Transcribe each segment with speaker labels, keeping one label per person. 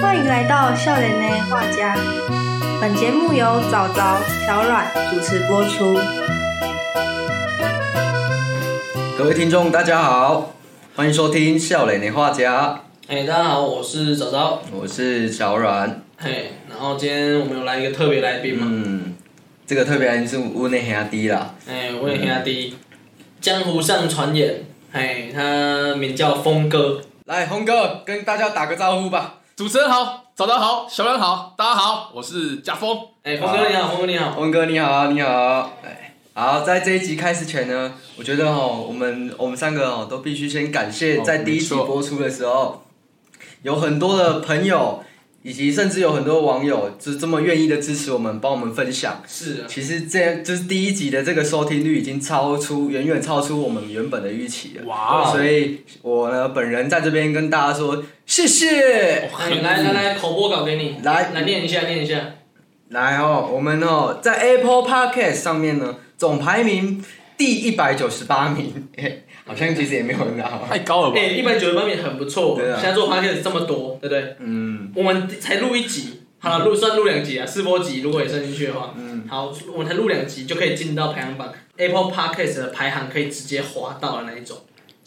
Speaker 1: 欢迎来到笑脸内画家。本节目由早早、小阮主持播出。
Speaker 2: 各位听众，大家好，欢迎收听《笑脸的画家
Speaker 3: 嘿，大家好，我是早早。》，
Speaker 2: 我是小阮。
Speaker 3: 嘿，然后今天我们有来一个特别来宾嘛？
Speaker 2: 嗯，这个特别来宾是屋内兄弟啦。
Speaker 3: 哎、我也听他第一，江湖上传言，嘿，他名叫峰哥。
Speaker 2: 来，红哥跟大家打个招呼吧。
Speaker 4: 主持人好，早上好，小亮好，大家好，我是贾峰。
Speaker 3: 哎、峰哥你
Speaker 2: 啊
Speaker 3: 好，峰哥你好。
Speaker 2: 红哥你好，你好。哎，好，在这一集开始前呢，我觉得哦，我们我们三个哦，都必须先感谢
Speaker 4: 哦
Speaker 2: 在第一集
Speaker 4: 没错
Speaker 2: 播出的时候，有很多的朋友，以及甚至有很多网友，就是这么愿意的支持我们，帮我们分享。
Speaker 3: 是啊，
Speaker 2: 其实这就是第一集的这个收听率已经超出远远超出我们原本的预期了，
Speaker 3: 哦
Speaker 4: 哇
Speaker 2: 所
Speaker 4: 以
Speaker 2: 以我呢本人在这边跟大家说谢谢。
Speaker 3: 哎来来来，口播稿给你，
Speaker 2: 来
Speaker 3: 来念一下，念一下。
Speaker 2: 来哦，我们哦在 Apple Podcast 上面呢总排名第一百九十八名， 嘿好像其实也没有很好。
Speaker 4: 太高了吧
Speaker 3: 哎、？一百九十八名很不错，
Speaker 2: 对啊
Speaker 3: 现在做 podcast 这么多，对不对？
Speaker 2: 嗯，
Speaker 3: 我们才录一集，好了，录算录两集啊，四波集，如果也算进去的话，
Speaker 2: 嗯，
Speaker 3: 好，我们才录两集就可以进到排行榜，Apple Podcast 的排行可以直接滑到的那一种。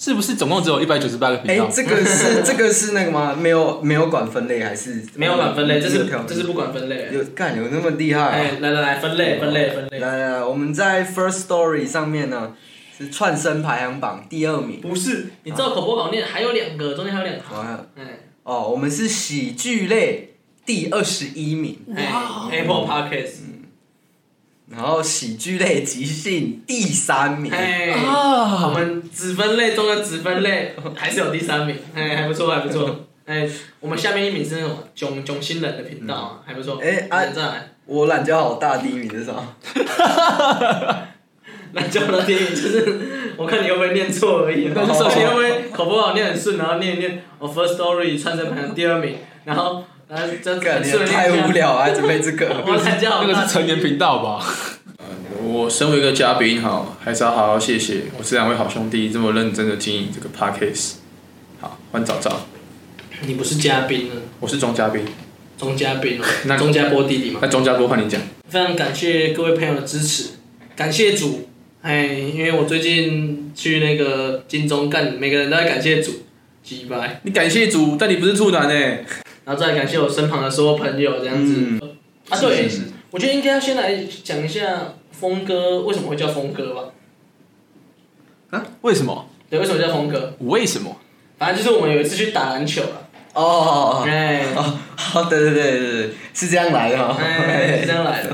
Speaker 4: 是不是总共只有一百九十八个
Speaker 2: 哎
Speaker 4: 频道？，
Speaker 2: 这个 是这个是那个吗？没有没有管分类还是
Speaker 3: 没有管分类，这是
Speaker 2: 票
Speaker 3: 这是不管分类。
Speaker 2: 有啊干有那么厉害啊、
Speaker 3: 哎，来来来，分类分类分类，
Speaker 2: 来来来，我们在 First Story 上面呢是串升排行榜第二名。
Speaker 3: 不是，你照口播稿念，还有两个，中间还有两行。
Speaker 2: 哇
Speaker 3: 哎
Speaker 2: 哦，我们是喜剧类第二十一名，
Speaker 3: 哎，Apple Podcast，
Speaker 2: 嗯然后喜剧类即兴第三名。
Speaker 3: 哎，我
Speaker 4: 啊，
Speaker 3: 们子分类中的子分类还是有第三名，哎，还不错还不错。哎，我们下面一名是那种囧囧星人的频道啊，还不错。
Speaker 2: 哎啊
Speaker 3: 再来，
Speaker 2: 我懒觉好大，第一名是啥？
Speaker 3: 那叫的电影就是，我看你会不会念错 而已。
Speaker 4: 那是什么
Speaker 3: 你会不会口播稿念很顺，然后念一念，我 First Story 串成排行第二名，然后然后这
Speaker 2: 干
Speaker 3: 很
Speaker 2: 你
Speaker 3: 顺地
Speaker 2: 太
Speaker 3: 念
Speaker 2: 无聊了，还准备这啊个。
Speaker 3: 我 懒觉好
Speaker 4: 那
Speaker 3: 大
Speaker 4: 个是成年频道吧？
Speaker 5: 呃我身为一个嘉宾，好，还是要好好谢谢我这两位好兄弟这么认真的经营这个 podcast。好，换早早，
Speaker 3: 你不是嘉宾了，
Speaker 5: 我是钟嘉宾，
Speaker 3: 钟嘉宾
Speaker 5: 那
Speaker 3: 哦，钟嘉波弟弟嘛。
Speaker 5: 那钟嘉波换你讲。
Speaker 3: 非常感谢各位朋友的支持，感谢主，哎，因为我最近去那个金钟干，每个人都在感谢主，击败，
Speaker 5: 你感谢主，但你不是处男哎。
Speaker 3: 然后再来感谢我身旁的所有朋友这样子。
Speaker 2: 嗯，
Speaker 3: 啊，对，
Speaker 2: 是
Speaker 3: 我觉得应该要先来讲一下峰哥为什么会叫峰哥吧？
Speaker 4: 啊为什么？
Speaker 3: 对，为什么叫峰哥？
Speaker 4: 为什么？
Speaker 3: 反正就是我们有一次去打篮球了，
Speaker 2: 哦哦
Speaker 3: 哎、
Speaker 2: 哦哦，对对对对对，是这样来的哦。
Speaker 3: 哎，是这样来的。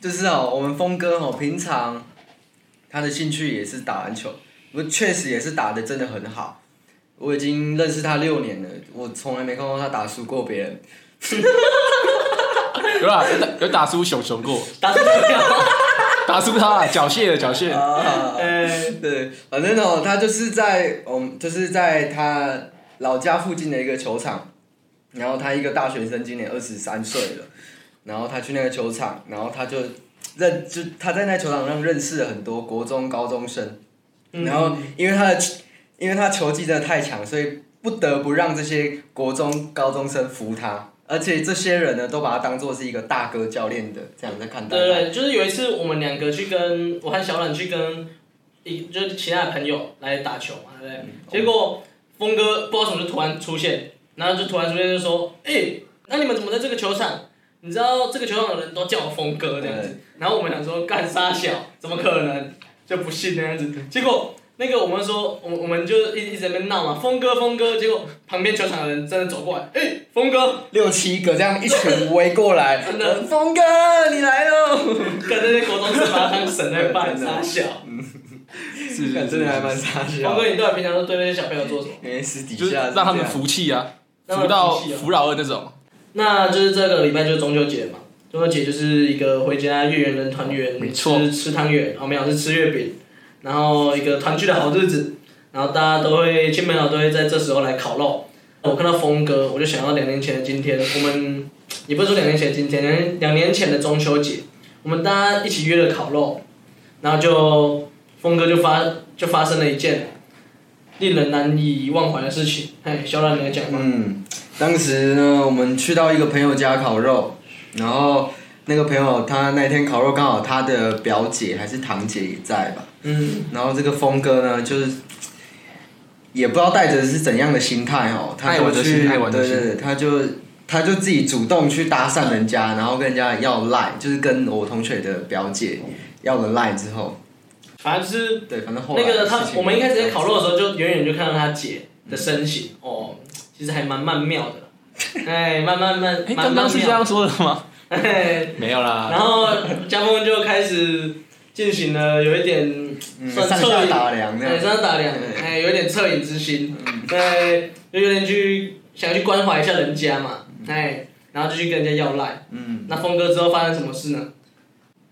Speaker 2: 就是哦，我们峰哥哦，平常他的兴趣也是打篮球，我确实也是打的真的很好。我已经认识他六年了，我从来没看过他打输过别人。
Speaker 4: 有啦，有打有打输熊熊过，
Speaker 3: 打这个票，
Speaker 4: 打输他啦，缴械了，缴械。
Speaker 2: 啊，
Speaker 3: 哎，
Speaker 2: 对，反正哦，他就是在我们就是在他老家附近的一个球场，然后他一个大学生，今年二十三岁了，然后他去那个球场，然后他就认就他在那球场上认识了很多国中高中生。
Speaker 3: 嗯
Speaker 2: 然后因为他的因为他球技真的太强，所以不得不让这些国中高中生服他，而且这些人呢都把他当做是一个大哥教练的这样在看待
Speaker 3: 对
Speaker 2: 他。
Speaker 3: 对，就是有一次我们两个去跟我和小冉去跟一就是其他的朋友来打球嘛，对不对？
Speaker 2: 嗯哦
Speaker 3: 结果峰哥不知道什么就突然出现，然后就突然出现就说：“哎、那你们怎么在这个球场？你知道这个球场的人都叫我峰哥这样子。”然后我们想说干啥小，怎么可能？就不信那样子。结果那个我们说，我我们就一一直在那边闹嘛，峰哥峰哥。结果旁边球场的人真的走过来，哎、峰哥，
Speaker 2: 六七个这样一群围过来，嗯
Speaker 3: 真的
Speaker 2: 峰哥你来喽！
Speaker 3: 跟那些国中生把他当神在 拜，傻小。
Speaker 4: 是是
Speaker 2: 真的还蛮
Speaker 4: 是，
Speaker 2: 傻
Speaker 3: 峰
Speaker 2: 笑
Speaker 3: 哥，，你到底平常都对那些小朋友做什么？
Speaker 2: 因为私底
Speaker 4: 就是
Speaker 2: 下
Speaker 4: 让他们服气啊，
Speaker 3: 让他们
Speaker 4: 服到
Speaker 3: 服气啊
Speaker 4: 服老二那种。
Speaker 3: 那就是这个礼拜就是中秋节嘛，中秋节就是一个回家月圆人团圆，
Speaker 4: 没错
Speaker 3: 吃吃汤圆，哦没有是吃月饼，然后一个团聚的好日子，然后大家都会亲朋好友都会在这时候来烤肉。我看到峰哥，我就想到两年前的今天，我们也不是说两年前的今天，两年两年前的中秋节，我们大家一起约了烤肉，然后就峰哥就发就发生了一件令人难以忘怀的事情。哎，小冉你来讲吧。
Speaker 2: 嗯，当时呢，我们去到一个朋友家烤肉，然后那个朋友他那天烤肉刚好他的表姐还是堂姐也在吧，
Speaker 3: 嗯，
Speaker 2: 然后这个峰哥呢，就是也不知道带着是怎样的心态哦，他
Speaker 4: 爱
Speaker 2: 就
Speaker 4: 玩的心
Speaker 2: 去
Speaker 4: 爱玩的
Speaker 2: 对
Speaker 4: 心
Speaker 2: 对对，他就他就自己主动去搭讪人家，然后跟人家要赖，就是跟我同学的表姐要了赖之后，
Speaker 3: 反正就是
Speaker 2: 对，反正后来
Speaker 3: 那个他
Speaker 2: 事，情
Speaker 3: 我们一开始在烤肉的时候，就远远就看到他姐的身形，哦，其实还蛮曼妙的，哎，慢慢慢，
Speaker 5: 哎，
Speaker 3: 蛮
Speaker 5: 刚刚
Speaker 3: 曼
Speaker 5: 是这
Speaker 3: 妙
Speaker 5: 样。说的吗？
Speaker 3: 哎
Speaker 5: 没有啦，
Speaker 3: 然后家峰就开始进行了有一点
Speaker 2: 嗯
Speaker 3: 算
Speaker 2: 上
Speaker 3: 侧
Speaker 2: 下
Speaker 3: 影，
Speaker 2: 打量那
Speaker 3: 哎，
Speaker 2: 样，
Speaker 3: 上下打量，
Speaker 2: 对
Speaker 3: 哎，有点恻隐之心，对，就有点去想去关怀一下人家嘛，哎，然后就去跟人家要赖。
Speaker 2: 嗯，
Speaker 3: 那峰哥之后发生什么事呢？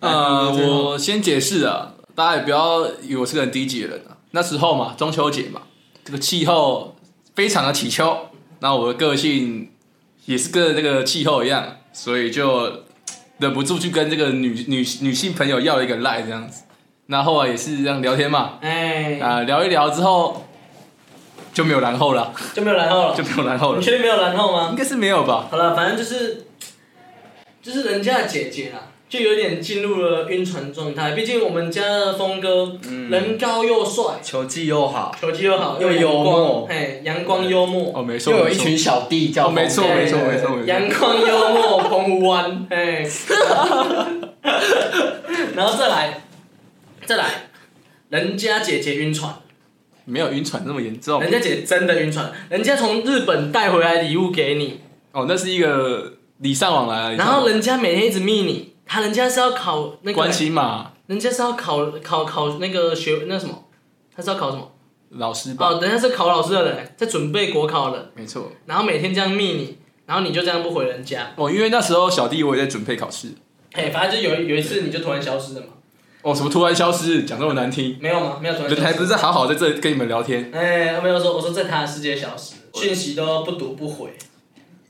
Speaker 5: 呃，我先解释啊，大家也不要以为我是个很低级的人啊。那时候嘛，中秋节嘛，这个气候非常的起秋，那我的个性也是跟这个气候一样，所以就忍不住去跟这个女女女性朋友要了一个赖这样子。那后来也是这样聊天嘛，
Speaker 3: 哎，
Speaker 5: 啊、聊一聊之后就没有然后了，
Speaker 3: 就没有然后了
Speaker 5: 就。没有然后
Speaker 3: 你
Speaker 5: 了，
Speaker 3: 确定没有然后吗？
Speaker 5: 应该是没有吧？
Speaker 3: 好了，反正就是，就是人家的姐姐啦，就有点进入了晕船状态。毕竟我们家的峰哥，人高又帅，
Speaker 2: 球技又好，
Speaker 3: 球技又好，
Speaker 2: 嗯又
Speaker 3: 阳光
Speaker 2: 幽默
Speaker 3: 嘿，阳光幽默，
Speaker 5: 哦，没错，
Speaker 2: 又有
Speaker 5: 没
Speaker 2: 一
Speaker 5: 错
Speaker 2: 群小弟叫
Speaker 5: 哦
Speaker 2: 峰哥，
Speaker 5: 没错
Speaker 3: 对
Speaker 5: 没错
Speaker 3: 对
Speaker 5: 没错
Speaker 2: 对
Speaker 5: 没错，
Speaker 3: 阳光幽默，澎湖湾， 嘿，然后再来，再来，人家姐姐晕船，
Speaker 5: 没有晕船那么严重。
Speaker 2: 哦
Speaker 3: 人家姐真的晕船，人家从日本带回来礼物给你，
Speaker 5: 哦，那是一个礼尚往来啊。礼
Speaker 3: 然
Speaker 5: 尚往来
Speaker 3: 后人家每天一直密你，他人家是要考那个
Speaker 5: 关系嘛，
Speaker 3: 人家是要考考考那个学那什么，他是要考什么？
Speaker 5: 老师吧，
Speaker 3: 哦，人家是考老师的人，在准备国考的人，
Speaker 5: 没错。
Speaker 3: 然后每天这样密你，然后你就这样不回人家，
Speaker 5: 哦，因为那时候小弟我也在准备考试。
Speaker 3: 嘿，反正就有有一次你就突然消失了嘛，
Speaker 5: 哦，什么突然消失，讲这么难听，
Speaker 3: 没有吗？没有突然
Speaker 5: 人还
Speaker 3: 消
Speaker 5: 不
Speaker 3: 失。
Speaker 5: 是好好在这里跟你们聊天。
Speaker 3: 哎，没有说，我说在他的世界消失，讯息都不读不回，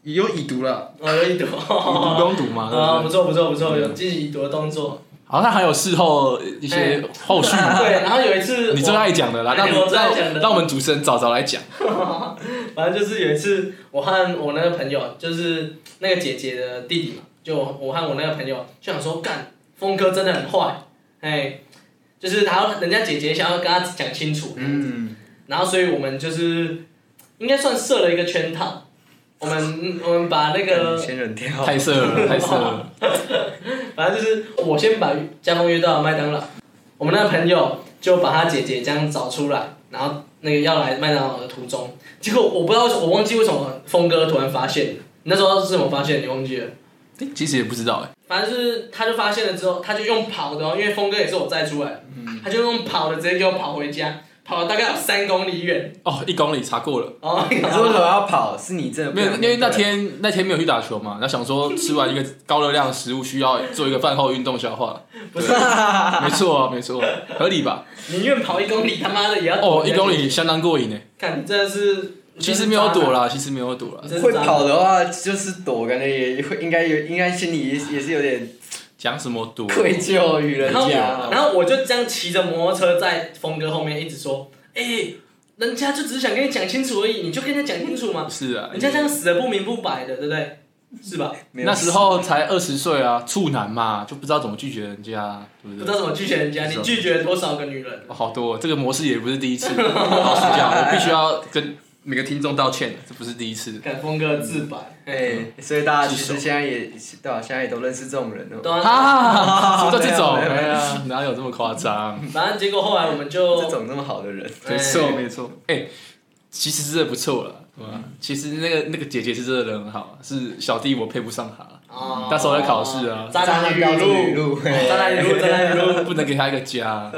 Speaker 2: 也有已读了，
Speaker 3: 哦，有已 读，
Speaker 5: 不用读嘛，
Speaker 3: 啊，不
Speaker 5: 对不对？
Speaker 3: 错不错不错，有进行已读的动 作。
Speaker 5: 好像还有事后一些后续，
Speaker 3: 对，然后有一次，
Speaker 5: 你最爱讲的啦，让
Speaker 3: 哎我最爱讲
Speaker 5: 让
Speaker 3: 的
Speaker 5: 让我们主持人早早来讲。
Speaker 3: 反正就是有一次，我和我那个朋友，就是那个姐姐的弟弟嘛，就我和我那个朋友就想说，干，峰哥真的很坏，哎，就是他要人家姐姐想要跟他讲清楚，
Speaker 2: 嗯，
Speaker 3: 然后所以我们就是应该算设了一个圈套，我们我们把那个，
Speaker 2: 仙人跳，
Speaker 5: 太色了，太色 了。
Speaker 3: 反正就是我先把家峰约到麦当劳，我们那个朋友就把他姐姐这样找出来，然后那个要来麦当劳的途中，结果我不知道我忘记为什么峰哥突然发现了，你那时候是怎么发现的？你忘记了？
Speaker 5: 哎其实也不知道哎，
Speaker 3: 反正就是他就发现了之后，他就用跑的哦，因为峰哥也是我载出来的，他就用跑的直接给我跑回家，跑了大概有三公里远。
Speaker 5: 哦，一公里查过了。
Speaker 3: 哦，
Speaker 2: 你说何要跑？是你真的不
Speaker 5: 没有，
Speaker 2: 想
Speaker 5: 因为那
Speaker 2: 对
Speaker 5: 天那天没有去打球嘛，那想说吃完一个高热量的食物，需要做一个饭后运动消化。
Speaker 3: 不是，
Speaker 5: 没错啊，没错，合理吧？
Speaker 3: 宁愿跑一公里，他妈的也要
Speaker 5: 哦，一公，里相当过瘾诶。
Speaker 3: 看你真的是，
Speaker 5: 其实没有躲
Speaker 3: 了，
Speaker 5: 啦，其实没有躲啦
Speaker 3: 你。真是
Speaker 2: 会
Speaker 3: 渣男
Speaker 2: 跑的话，就是躲，感觉也会应该有，应该心里也也是有点
Speaker 5: 讲什么躲？
Speaker 2: 愧疚于人
Speaker 3: 然后，
Speaker 2: 家。啊
Speaker 3: 然后我就这样骑着摩托车在峰哥后面一直说，哎、人家就只是想跟你讲清楚而已，你就跟他讲清楚嘛，
Speaker 5: 是啊，
Speaker 3: 人家这样死的不明不白的，对不对？
Speaker 5: 嗯
Speaker 3: 是吧？
Speaker 2: 没有
Speaker 5: 那时候才二十岁啊，处男嘛，就不知道怎么拒绝人家，对
Speaker 3: 不
Speaker 5: 不
Speaker 3: 知
Speaker 5: 对？
Speaker 3: 道怎么拒绝人家，你
Speaker 5: 啊
Speaker 3: 拒绝了多少个女人？
Speaker 5: 哦好多哦，这个模式也不是第一次。老实讲，我必须要跟每个听众道歉，这不是第一 次。
Speaker 3: 敢峰哥自白，
Speaker 5: 嗯
Speaker 2: 哎，所以大家其实现在也对吧、现在也都认识这种人哦。
Speaker 3: 对啊，
Speaker 5: 啊，说到这种，
Speaker 2: 没有没有
Speaker 5: 哎呀，哪有这么夸张？
Speaker 3: 反正结果后来我们
Speaker 2: 这
Speaker 3: 就
Speaker 2: 种那么好的人，
Speaker 3: 哎
Speaker 5: 没错，没错。哎，其实真的不错了，对吧？其实那个那个姐姐是真的人很好，是小弟我配不上她。
Speaker 3: 哦
Speaker 5: 那时候在考试啊
Speaker 3: 渣男语
Speaker 2: 标准语
Speaker 3: 录，
Speaker 2: 录，
Speaker 3: 渣男语录，渣男语录。
Speaker 5: 不能给他一个家。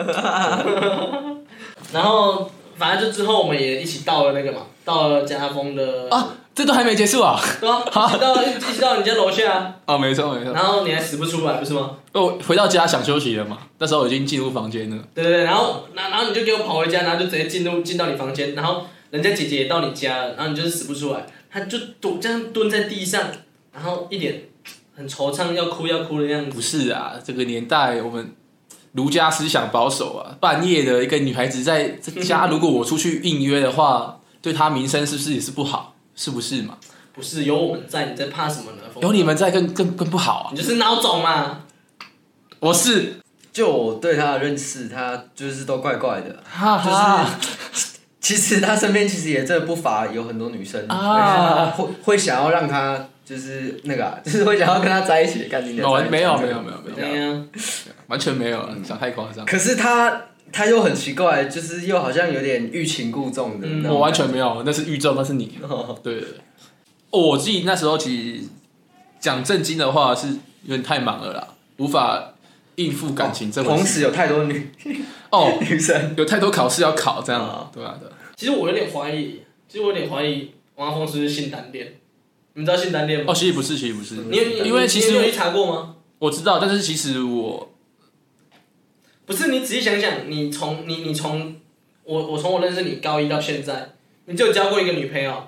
Speaker 3: 然后反正就之后我们也一起到了那个嘛，到了家峰的
Speaker 5: 啊，这都还没结束啊！
Speaker 3: 对啊，一起到一起到你家楼下，
Speaker 5: 啊，没错没错。
Speaker 3: 然后你还死不出来不是吗？
Speaker 5: 哦，回到家想休息了嘛，那时候已经进入房间了。
Speaker 3: 对对对，然后然然后你就给我跑回家，然后就直接进入进到你房间，然后人家姐姐也到你家了，然后你就是死不出来，她就蹲这样蹲在地上，然后一脸很惆怅要哭要哭的样
Speaker 5: 不
Speaker 3: 子，
Speaker 5: 是啊，这个年代我们儒家思想保守啊，半夜的一个女孩子在在 家，如果我出去应约的话，对她名声是不是也是不好？是不是嘛？
Speaker 3: 不是有我们在，你在怕什么呢？峰哥
Speaker 5: 有你，们在更更更不好啊！
Speaker 3: 你就是孬种嘛。
Speaker 5: 我是
Speaker 2: 就我对他的认识，他就是都怪怪的。
Speaker 5: 哈哈，
Speaker 2: 其实他身边其实也真的不乏有很多女生
Speaker 5: 啊
Speaker 2: 会会想要让他就是那个、啊，就是会想要跟他在一起，干净的。
Speaker 5: 哦没有没有没有没有
Speaker 3: 对呀，
Speaker 5: 完全没有了，想太夸张。
Speaker 2: 可是他他又很奇怪，就是又好像有点欲擒故纵的那种感觉。
Speaker 5: 嗯我完全没有，那是预兆，那是你。
Speaker 2: 哦
Speaker 5: 对对对，哦，我自己那时候其实讲正经的话是有点太忙了啦，无法应付感情这回
Speaker 2: 同
Speaker 5: 事。
Speaker 2: 时有太多女
Speaker 5: 哦，
Speaker 2: 女生，
Speaker 5: 有太多考试要考，这
Speaker 2: 哦
Speaker 5: 样对啊对啊。
Speaker 3: 其实我有点怀疑，其实我有点怀疑王阿峰是不是性单恋？你们知道性单恋吗？
Speaker 5: 哦，其实不是，其实不是，
Speaker 3: 你有你
Speaker 5: 因为其实
Speaker 3: 你有
Speaker 5: 我
Speaker 3: 去查过吗？
Speaker 5: 我知道，但是其实我
Speaker 3: 不是，你仔细想想，你从你你从我我从我认识你高一到现在，你就交过一个女朋友，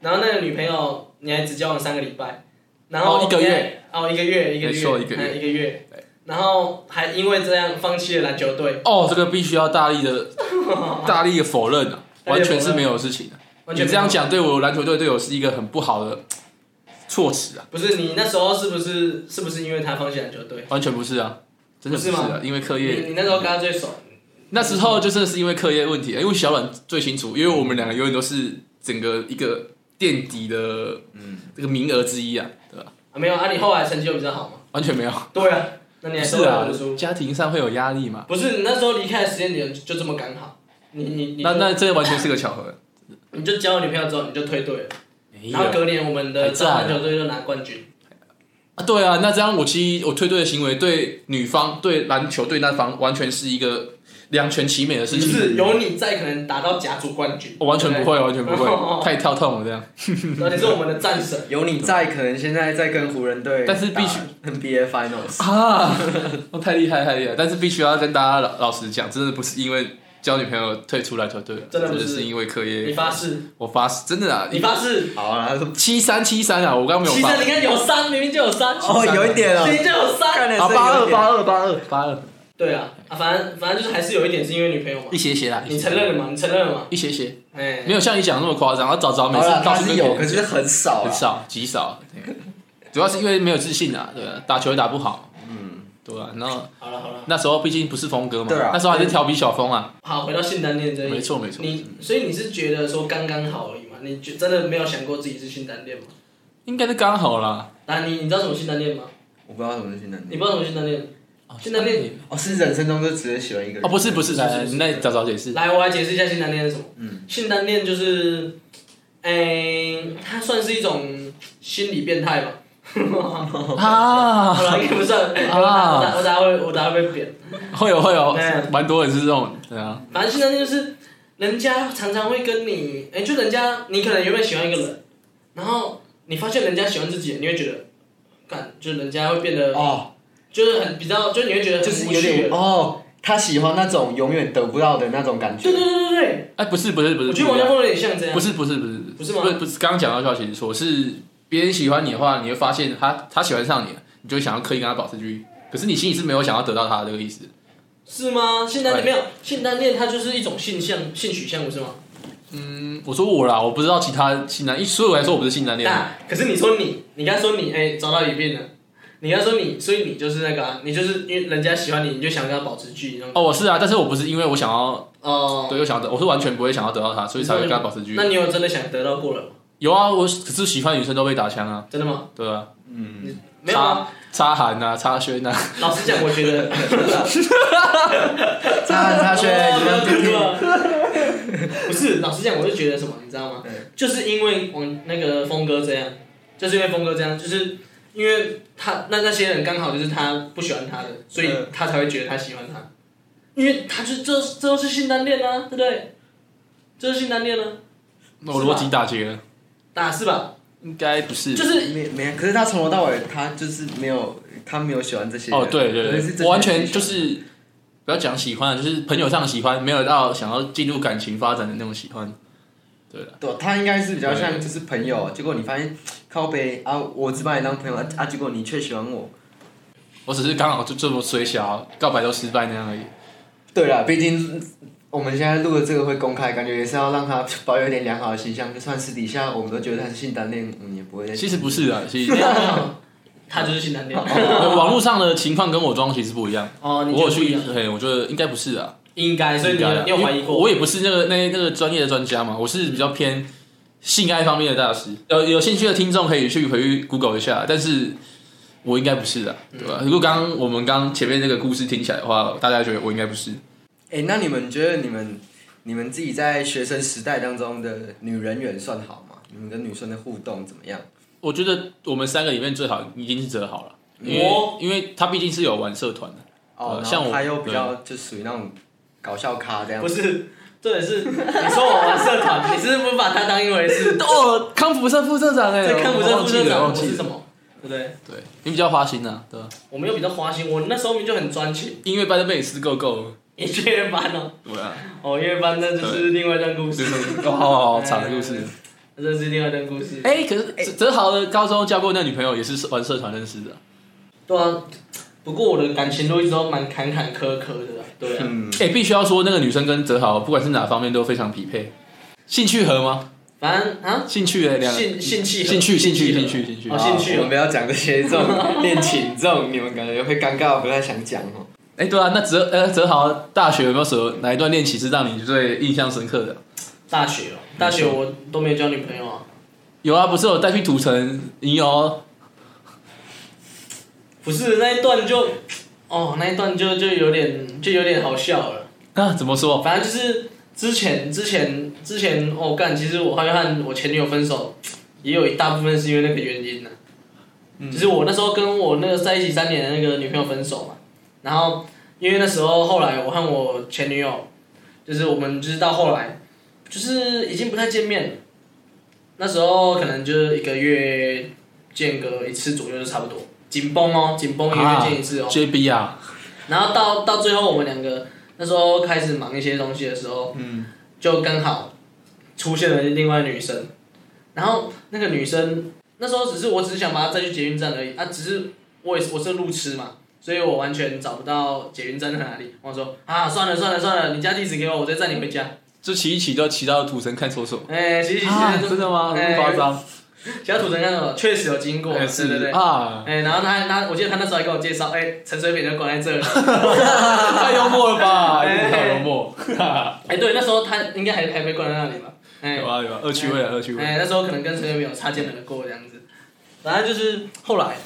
Speaker 3: 然后那个女朋友你还只交往三个礼拜，然后
Speaker 5: 哦一个
Speaker 3: 你还
Speaker 5: 月，
Speaker 3: 哦一个月一个
Speaker 5: 没
Speaker 3: 月
Speaker 5: 错一个
Speaker 3: 哎
Speaker 5: 月
Speaker 3: 一个月
Speaker 5: 对，
Speaker 3: 然后还因为这样放弃了篮球队，
Speaker 5: 哦，这个必须要大力 的大力的否认啊，
Speaker 3: 大力地否
Speaker 5: 完
Speaker 3: 认
Speaker 5: 全是没有事情的。
Speaker 3: 完
Speaker 5: 你
Speaker 3: 全
Speaker 5: 这样讲对我篮球队队友是一个很不好的措辞啊，
Speaker 3: 不是你那时候是不是是不是因为他放弃篮球队？
Speaker 5: 完全不是啊，真的不是
Speaker 3: 不是
Speaker 5: 啊，因为课
Speaker 3: 你
Speaker 5: 业
Speaker 3: 你那时候跟他最熟，
Speaker 5: 那时候就真的是因为课业问题，因为小阮最清楚，因为我们两个永远都是整个一个垫底的
Speaker 2: 嗯
Speaker 5: 这个名额之一啊，对吧？
Speaker 3: 啊没有啊？你后来成绩又比较好嘛？
Speaker 5: 完全没有，
Speaker 3: 对啊，那你还
Speaker 5: 是啊
Speaker 3: 读书？，
Speaker 5: 家庭上会有压力嘛？
Speaker 3: 不是你那时候离开的时间点就这么刚好，你你你
Speaker 5: 那
Speaker 3: 就
Speaker 5: 那这完全是个巧合，
Speaker 3: 你就交了女朋友之后你就退队了。
Speaker 5: 没
Speaker 3: 然后隔年我们的
Speaker 5: 还在啊
Speaker 3: 篮球队就拿冠军，
Speaker 5: 啊，对啊，那这样我其实我退队的行为对女方对篮球队那方完全是一个两全其美的
Speaker 3: 只
Speaker 5: 事情，
Speaker 3: 是有你在，可能打到甲组冠军。
Speaker 5: 嗯我完全不会，完全不
Speaker 3: 哦
Speaker 5: 会，太跳痛了这样。
Speaker 3: 对不对，而且是我们的战神。
Speaker 2: 有你在，可能现在在跟湖人队，
Speaker 5: 但是必须
Speaker 2: NBA Finals。
Speaker 5: 啊， 哦太厉害太厉害！但是必须要跟大家老老实讲，真的不是因为交女朋友退出篮球队了，
Speaker 3: 真的不是
Speaker 5: 是因为课
Speaker 3: 你
Speaker 5: 业。
Speaker 3: 发誓，
Speaker 5: 我发誓，真的啊，
Speaker 3: 你发誓。
Speaker 2: 好啊，他说
Speaker 5: 七三七三啊，我刚刚没有
Speaker 3: 其
Speaker 5: 发
Speaker 3: 实。你看有三，明明就有三，明
Speaker 2: 哦，有一点
Speaker 5: 啊
Speaker 2: 了，
Speaker 3: 明就有三。
Speaker 5: 好，啊八二八二八二八二，
Speaker 3: 对啊，啊，反正反正就是还是有一点是因为女朋友嘛
Speaker 5: 一，斜斜啦，
Speaker 3: 你承认了嘛？你承认了嘛？
Speaker 5: 一斜斜，
Speaker 3: 哎
Speaker 5: 没，有像你讲的那么夸张。然后早早每
Speaker 2: 好
Speaker 5: 次
Speaker 2: 了，
Speaker 5: 到
Speaker 2: 他
Speaker 5: 处
Speaker 2: 是
Speaker 5: 跟
Speaker 2: 有，
Speaker 5: 别
Speaker 2: 可
Speaker 5: 人
Speaker 2: 是很少
Speaker 5: 很
Speaker 2: 啊。
Speaker 5: 少极少，对主要是因为没有自信啊，对啊，打球也打不好，
Speaker 2: 嗯，
Speaker 5: 对啊，然后
Speaker 3: 好了好了，
Speaker 5: 那时候毕竟不是峰哥嘛
Speaker 2: 对啊，
Speaker 5: 那时候还是调皮小峰啊，
Speaker 3: 好，回到性单恋这
Speaker 5: 没
Speaker 3: 里，
Speaker 5: 错没错。
Speaker 3: 你所以你是觉得说刚刚好而已嘛？你觉真的没有想过自己是性单恋吗？
Speaker 5: 应该是刚好啦。
Speaker 3: 那你你知道什么性单恋吗？
Speaker 2: 我不知道什么是性能
Speaker 3: 你
Speaker 2: 力。
Speaker 3: 不知道什么性单恋？性单恋
Speaker 2: 哦，是人生中就只是喜欢一个人。
Speaker 5: 哦，不是不是，来来，
Speaker 3: 是是
Speaker 5: 你那早早解释。
Speaker 3: 来，我来解释一下性单恋是什么。
Speaker 2: 嗯，
Speaker 3: 性单恋就是，诶、它算是一种心理变态吧。
Speaker 5: 啊，
Speaker 3: 好了，应该不算。我打我打我打会我打会被扁。
Speaker 5: 会有会有
Speaker 3: 对，
Speaker 5: 蛮多人是这种，对啊，
Speaker 3: 反正性单恋就是，人家常常会跟你，诶、就人家你可能原本喜欢一个人，然后你发现人家喜欢自己，你会觉得，干，就是人家会变得，
Speaker 2: 哦，
Speaker 3: 就是很比较，就是你会觉得很
Speaker 2: 就是
Speaker 3: 无
Speaker 2: 有
Speaker 3: 趣
Speaker 2: 点
Speaker 3: 了。
Speaker 2: 哦，他喜欢那种永远得不到的那种感觉
Speaker 3: 对。对对对对，
Speaker 5: 哎，不是不是不是，
Speaker 3: 我觉得王家
Speaker 5: 不
Speaker 3: 峰有点像这样。
Speaker 5: 是不是不是
Speaker 3: 不是吗
Speaker 5: 不是不是，刚刚讲到消息说是别人喜欢你的话，你会发现他他喜欢上你了，你就会想要刻意跟他保持距离，可是你心里是没有想要得到他的这个意思，
Speaker 3: 是吗？性单恋
Speaker 5: 对
Speaker 3: 没有，性单恋它就是一种性向、性取向，不是吗？
Speaker 5: 嗯，我说我啦，我不知道其他性男，一所以我来说我不是性男恋，
Speaker 3: 但可是你说你，你刚说你哎、找到一遍了，你刚说你，所以你就是那个、啊，你就是因为人家喜欢你，你就想跟他保持距离那种。
Speaker 5: 哦，我是啊，但是我不是因为我想要，
Speaker 3: 哦、
Speaker 5: 对，我想要得，我是完全不会想要得到他，所以才会跟他保持距离
Speaker 3: 那。你有真的想得到过了吗？
Speaker 5: 有啊，我可是喜欢的女生都被打枪啊，
Speaker 3: 真的吗？
Speaker 5: 对啊，
Speaker 2: 嗯，
Speaker 3: 没有啊。
Speaker 5: 擦韩啊，擦轩啊，
Speaker 3: 老实讲，我觉得
Speaker 2: 他他学
Speaker 3: 哦不要
Speaker 2: 你们
Speaker 3: 哭了。 不是，老实讲，我就觉得什么，你知道吗
Speaker 2: 嗯？
Speaker 3: 就是因为王那个峰哥这样，就是因为峰哥这样，就是因为他那那些人刚好就是他不喜欢他的，所以
Speaker 2: 嗯
Speaker 3: 他才会觉得他喜欢他，因为他就这这都是性单恋啊，对不对？这是性单恋啊，
Speaker 5: 那我逻辑打结了，
Speaker 3: 打是吧？
Speaker 5: 应该不 是
Speaker 3: 就是
Speaker 2: 没没，可是他从头到尾，他就是没有，他没有喜欢这些人。
Speaker 5: 哦，对对
Speaker 2: 可是这些
Speaker 5: 对，
Speaker 2: 人
Speaker 5: 我完全就是不要讲喜欢，就是朋友上的喜欢，没有到想要进入感情发展的那种喜欢。对了，
Speaker 2: 对，他应该是比较像
Speaker 5: 对
Speaker 2: 就是朋友，结果你发现靠背啊，我只把你当朋友啊，啊结果你却喜欢我，
Speaker 5: 我只是刚好就这么水小，告白都失败那样而已。
Speaker 2: 对啦，毕竟我们现在录的这个会公开，感觉也是要让他保有一点良好的形象。就算私底下我们都觉得他是性单恋，嗯我们也不会再。
Speaker 5: 其实不是啊， 其实
Speaker 3: 没有没有，他就是性单恋。
Speaker 5: 我网络上的情况跟我装其实不一样。
Speaker 3: 哦，你
Speaker 5: 我有
Speaker 3: 觉得不一
Speaker 5: 去，
Speaker 3: 样？
Speaker 5: 嘿，我觉得应该不是啊，
Speaker 3: 应该，所以
Speaker 5: 应
Speaker 3: 你
Speaker 5: 该
Speaker 3: 有
Speaker 5: 啊
Speaker 3: 你有怀疑
Speaker 5: 因为
Speaker 3: 过？
Speaker 5: 我也不是那个那那个专业的专家嘛，我是比较偏性爱方面的大师。有有兴趣的听众可以去回去 Google 一下，但是我应该不是啊，对吧？如果刚刚我们刚前面这个故事听起来的话，大家觉得我应该不是。
Speaker 2: 哎、那你们觉得你们你们自己在学生时代当中的女人缘算好吗？你们跟女生的互动怎么样？
Speaker 5: 我觉得我们三个里面最好已经是哲豪了，因为、
Speaker 3: 哦
Speaker 5: 因为他毕竟是有玩社团的，
Speaker 2: 哦，
Speaker 5: 呃
Speaker 2: 然
Speaker 5: 像
Speaker 2: 后
Speaker 5: 我
Speaker 2: 他又比较就属于那种搞笑咖这样
Speaker 3: 不。是，重点是你说我玩社团，你是不是把他当一回事？
Speaker 5: 哦，康复社副社长哎
Speaker 3: 这看不
Speaker 5: 我
Speaker 3: 正
Speaker 5: 忘
Speaker 3: 副
Speaker 5: 记
Speaker 3: 社
Speaker 5: 了
Speaker 3: 长
Speaker 5: 忘
Speaker 3: 我
Speaker 5: 记
Speaker 3: 是
Speaker 5: 了
Speaker 3: 什么？对不对？
Speaker 5: 对你比较花心啊，对吧？
Speaker 3: 我没有比较花心，我那时候明明就很专情，
Speaker 5: 音乐班都被你吃够够了，
Speaker 3: 音乐班哦，
Speaker 5: 对啊，
Speaker 3: 哦，音乐班那就是另外一段故
Speaker 5: 就
Speaker 3: 事，
Speaker 5: 是 哦，好长的故事。
Speaker 3: 那是另外一段故事。
Speaker 5: 哎、可是哲哲豪的高中交过那女朋友也是玩社团认识的。
Speaker 3: 对啊，不过我的感情都一直都蛮坎坎坷坷的啦，对啊，
Speaker 2: 嗯，
Speaker 5: 哎、必须要说那个女生跟哲豪不管是哪方面都非常匹配，兴趣合吗？
Speaker 3: 反正啊，
Speaker 5: 兴趣哎，两个
Speaker 3: 性性气合
Speaker 5: 兴趣兴趣
Speaker 3: 合
Speaker 5: 兴趣兴趣
Speaker 3: 哦，兴
Speaker 2: 好
Speaker 3: 趣
Speaker 2: 我
Speaker 3: 合
Speaker 2: 们不要讲这些这种恋情这种，你们感觉会尴尬，不太想讲哦。
Speaker 5: 哎、对啊，那哲呃哲豪大学有没有什么哪一段恋情是让你最印象深刻的？
Speaker 3: 大学哦，大学我都没有交女朋友啊，
Speaker 5: 有啊，不是有带去土城你有
Speaker 3: 不是那一段就，哦，那一段就就有点就有点好笑了。
Speaker 5: 啊？怎么说？
Speaker 3: 反正就是之前之前之前哦干，其实我还和我前女友分手，也有一大部分是因为那个原因呢、啊就是我那时候跟我那个在一起三年的那个女朋友分手嘛，然后因为那时候后来我和我前女友，就是我们就是到后来，就是已经不太见面了。那时候可能就是一个月见个一次左右就差不多，紧绷哦，紧绷一个月见一次哦。
Speaker 5: JB 啊，
Speaker 3: 然后到到最后，我们两个那时候开始忙一些东西的时候，
Speaker 2: 嗯，
Speaker 3: 就刚好出现了另外女生，然后那个女生那时候只是我只是想把她载去捷运站而已，啊，只是我也是我是路痴嘛，所以我完全找不到捷运站在哪里。我说啊，算了算了算了，你家地址给我，我再载你回家。
Speaker 5: 就骑一骑就骑到土城看守所。
Speaker 3: 哎、其实其
Speaker 5: 啊，
Speaker 3: 实
Speaker 5: 真的吗？
Speaker 3: 哎
Speaker 5: 这么 夸张？
Speaker 3: 其他土城看到了，确实有经过，
Speaker 5: 哎
Speaker 3: 对对对。
Speaker 5: 啊，
Speaker 3: 哎、然后他他，我记得他那时候还跟我介绍，哎、陈水扁就关在这了。
Speaker 5: 太幽默了吧？
Speaker 3: 哎
Speaker 5: 真的太幽默，
Speaker 3: 哎、对，那时候他应该还还没关在那里吧？哎、
Speaker 5: 有啊有啊，恶趣味啊恶趣味。
Speaker 3: 哎、那时候可能跟陈水扁有擦肩而过这样子，反正就是后来，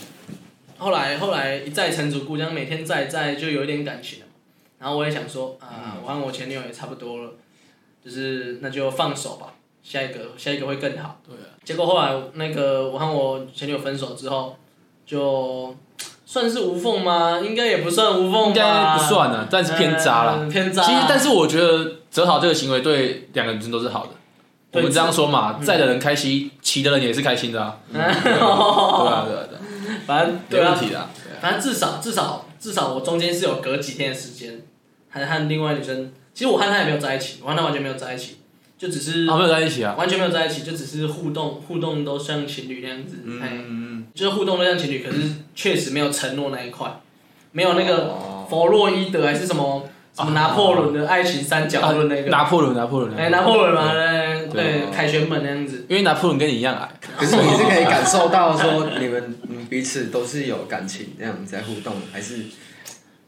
Speaker 3: 后来后来一再成主顾，这样每天在在就有一点感情了嘛。然后我也想说啊、
Speaker 5: 嗯
Speaker 3: 我和我前女友也差不多了，就是那就放手吧，下一个下一个会更好。
Speaker 5: 对啊，
Speaker 3: 结果后来那个我和我前女友分手之后，就算是无缝吗？应该也不算无缝吧，
Speaker 5: 应该不算啊，但是偏渣啦。
Speaker 3: 嗯哎偏渣。
Speaker 5: 其实，但是我觉得泽豪这个行为对两个女生都是好的。我
Speaker 3: 对
Speaker 5: 们这样说嘛，
Speaker 3: 嗯
Speaker 5: 在的人开心，骑的人也是开心的啊。对啊对啊对啊，
Speaker 3: 反正
Speaker 5: 没
Speaker 3: 对
Speaker 5: 问
Speaker 3: 啊，
Speaker 5: 题的啊。对啊
Speaker 3: 反正至少至少至少我中间是有隔几天的时间，还和另外女生，其实我和她也没有在一起，我和她完全没有在一起，就只是、
Speaker 5: 啊，没有在一起啊。
Speaker 3: 完全没有在一起，就只是互动互动都像情侣那样子，哎、
Speaker 2: 嗯，
Speaker 3: 就是互动都像情侣，可是确实没有承诺那一块，没有那个
Speaker 2: 哦
Speaker 3: 弗洛伊德还是什么什么拿破仑的爱情三角论那个，
Speaker 5: 啊拿破仑，拿破仑，
Speaker 3: 哎、拿破仑嘛，
Speaker 2: 对
Speaker 3: 对对，凯旋门那样子，
Speaker 5: 因为拿破仑跟你一样矮，
Speaker 2: 可是你是可以感受到说你们 你们彼此都是有感情这样在互动，还是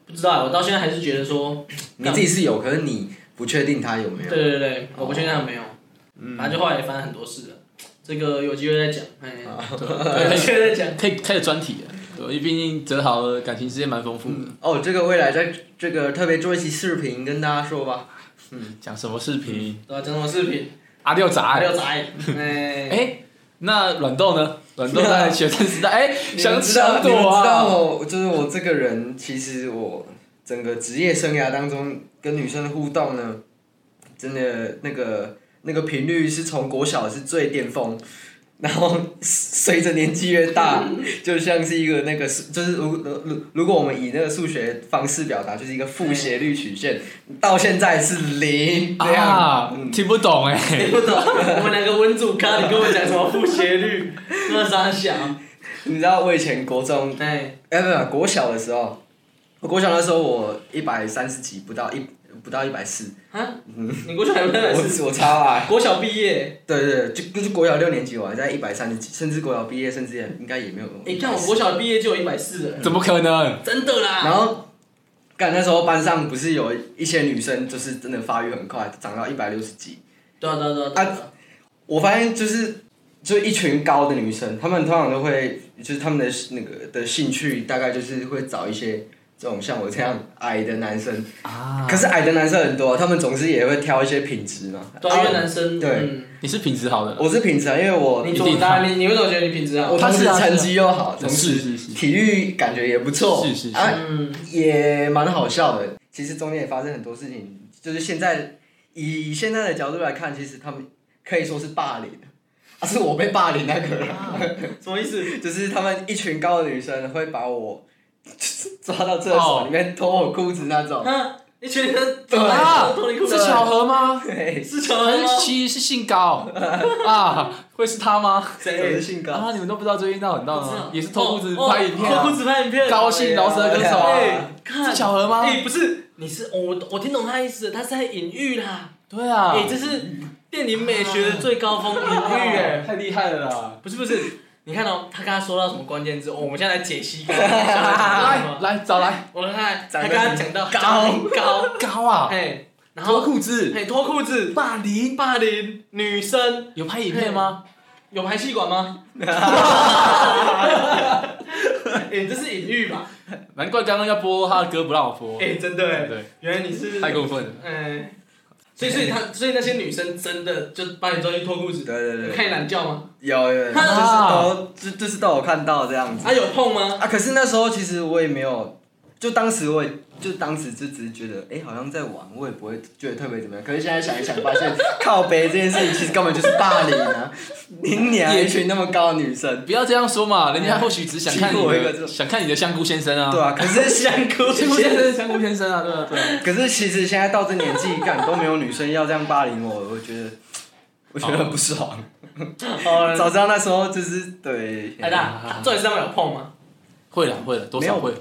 Speaker 3: 不知道，我到现在还是觉得说，
Speaker 2: 你自己是有，可是你不确定他有没有？
Speaker 3: 对对对，我不确定他有没有。
Speaker 2: 嗯
Speaker 3: 反正就后来也发生很多事了，这个有机会再讲，哎，
Speaker 2: 啊
Speaker 3: 有
Speaker 5: 对
Speaker 3: 机会再讲。
Speaker 5: 可以开始专题了。对，因为毕竟哲豪的感情世界蛮丰富的。
Speaker 2: 哦，这个未来在这个特别做一期视频跟大家说吧。
Speaker 5: 讲什么视频？
Speaker 3: 对吧？啊讲什么视频？
Speaker 5: 阿六杂
Speaker 3: 还
Speaker 5: 欸。
Speaker 3: 有宅，哎，
Speaker 5: 哎，那软豆呢？软豆在学生时代，哎，想
Speaker 2: 知道
Speaker 5: 想
Speaker 2: 你们
Speaker 5: 躲
Speaker 2: 知道
Speaker 5: 啊。
Speaker 2: 我就是我这个人，其实我整个职业生涯当中跟女生的互动呢，真的那个那个频率是从国小是最巅峰，然后随着年纪越大，就像是一个那个数就是如如如如果我们以那个数学方式表达，就是一个负斜率曲线，到现在是零这样。嗯
Speaker 5: 啊，听不懂哎、
Speaker 3: 不懂，我们两个文主咖，你跟我讲什么复斜率？那啥想？
Speaker 2: 你知道我以前国中，
Speaker 3: 哎，
Speaker 2: 哎，不是国小的时候，我国小的时候我一百三十几，不到一不到一百四，
Speaker 3: 啊，你国小还没来是？
Speaker 2: 我我超矮。
Speaker 3: 国小毕业，
Speaker 2: 对对，就就是国小六年级，我还在一百三十几，甚至国小毕业，甚至也应该也没有。
Speaker 3: 你哎看我国小毕业就有一百四了，
Speaker 5: 怎么可能？
Speaker 3: 真的啦。
Speaker 2: 然后，干那时候班上不是有一些女生，就是真的发育很快，长到一百六十几。
Speaker 3: 对啊对啊对啊对啊，
Speaker 2: 我发现就是，就一群高的女生，她们通常都会，就是她们的那个的兴趣，大概就是会找一些这种像我这样矮的男生。啊。可是矮的男生很多，他们总是也会挑一些品质嘛。
Speaker 3: 对啊，因为男生，
Speaker 2: 对
Speaker 3: 嗯，
Speaker 5: 你是品质好的，
Speaker 2: 我是品质啊，因为我
Speaker 3: 你怎么答？你你为什么觉得你品质好嗯
Speaker 2: 我？同时
Speaker 5: 是啊是啊
Speaker 2: 成绩又好，同
Speaker 5: 是
Speaker 2: 时
Speaker 5: 是是
Speaker 2: 体育感觉也不错，
Speaker 5: 是是是
Speaker 2: 啊，
Speaker 3: 嗯，
Speaker 2: 也蛮好笑的。其实中间也发生很多事情，就是现在以现在的角度来看，其实他们可以说是霸凌，啊，是我被霸凌那个人，
Speaker 3: 什么意思？
Speaker 2: 就是他们一群高的女生会把我 抓到厕所里面脱我裤子那 种，
Speaker 3: 啊，一群人
Speaker 2: 哦对
Speaker 5: 啊
Speaker 3: 脱离裤子
Speaker 5: 是巧合吗？
Speaker 2: 对，
Speaker 3: 是巧合
Speaker 5: 很
Speaker 3: 吗？
Speaker 5: 其实是性高啊，会是他吗？
Speaker 2: 总是性高。
Speaker 5: 啊，你们都不知道最近闹很闹
Speaker 3: 不知
Speaker 5: 吗
Speaker 3: 道？
Speaker 5: 也是脱裤子
Speaker 3: 哦
Speaker 5: 拍影片
Speaker 3: 哦脱
Speaker 5: 啊
Speaker 3: 裤，子拍影片，
Speaker 5: 高兴饶舌歌手
Speaker 2: 哎
Speaker 5: 啊，
Speaker 3: 看
Speaker 5: 是巧合吗？
Speaker 3: 哎，不是，你是哦我我听懂他意思了，他是在隐喻啦。
Speaker 5: 对啊，
Speaker 3: 哎，这是电影美学的最高峰，隐喻哎。
Speaker 5: 太厉害了啦！
Speaker 3: 不是不是，你看哦，他刚刚说到什么关键字？哦，我们现在来解 析。
Speaker 5: 啊来
Speaker 3: 来，
Speaker 5: 来找来
Speaker 3: 我们看他
Speaker 2: 长得
Speaker 3: 刚刚讲到
Speaker 2: 高
Speaker 3: 长得高，
Speaker 5: 高啊，
Speaker 3: 哎，然
Speaker 5: 脱
Speaker 3: 后
Speaker 5: 裤子
Speaker 3: 哎脱裤子，
Speaker 5: 霸凌，
Speaker 3: 霸凌女生
Speaker 5: 有拍影片吗？
Speaker 3: 有排气管 吗？哎，这是隐喻吧？
Speaker 5: 难怪刚刚要播他的歌不让我播，
Speaker 3: 哎，真的哎，
Speaker 5: 对，
Speaker 3: 原来你是
Speaker 5: 太过分了。
Speaker 3: 哎，所以所以他所以那些女生真的就把你抓去脱裤子，
Speaker 2: 对对对，
Speaker 3: 看你懒觉吗？
Speaker 2: 有有，有就是都就就是都有看到这样子
Speaker 3: 啊有痛吗？
Speaker 2: 啊。可是那时候其实我也没有，就当时我也就当时就只是觉得，哎、好像在玩，我也不会觉得特别怎么样。可是现在想一想，发现 靠背这件事情其实根本就是霸凌啊！你 娘一群那么高的女生，
Speaker 5: 不要这样说嘛，人家或许只想看
Speaker 2: 欺
Speaker 5: 你
Speaker 2: 负我一个这
Speaker 5: 的，
Speaker 2: 种
Speaker 5: 想看你的香菇先生啊，
Speaker 2: 对啊。可是 现
Speaker 3: 想哭
Speaker 5: 香菇先生，香菇先生啊，对啊，对啊，
Speaker 2: 可是其实现在到这年纪，干都没有女生要这样霸凌我，我觉得。我觉得很不爽，
Speaker 3: 哦
Speaker 2: 早知道那时候就是对，
Speaker 3: 海
Speaker 5: 哎
Speaker 3: 大，啊重点是他们有碰吗？
Speaker 5: 会了会了，多少
Speaker 2: 没
Speaker 5: 会
Speaker 2: 有，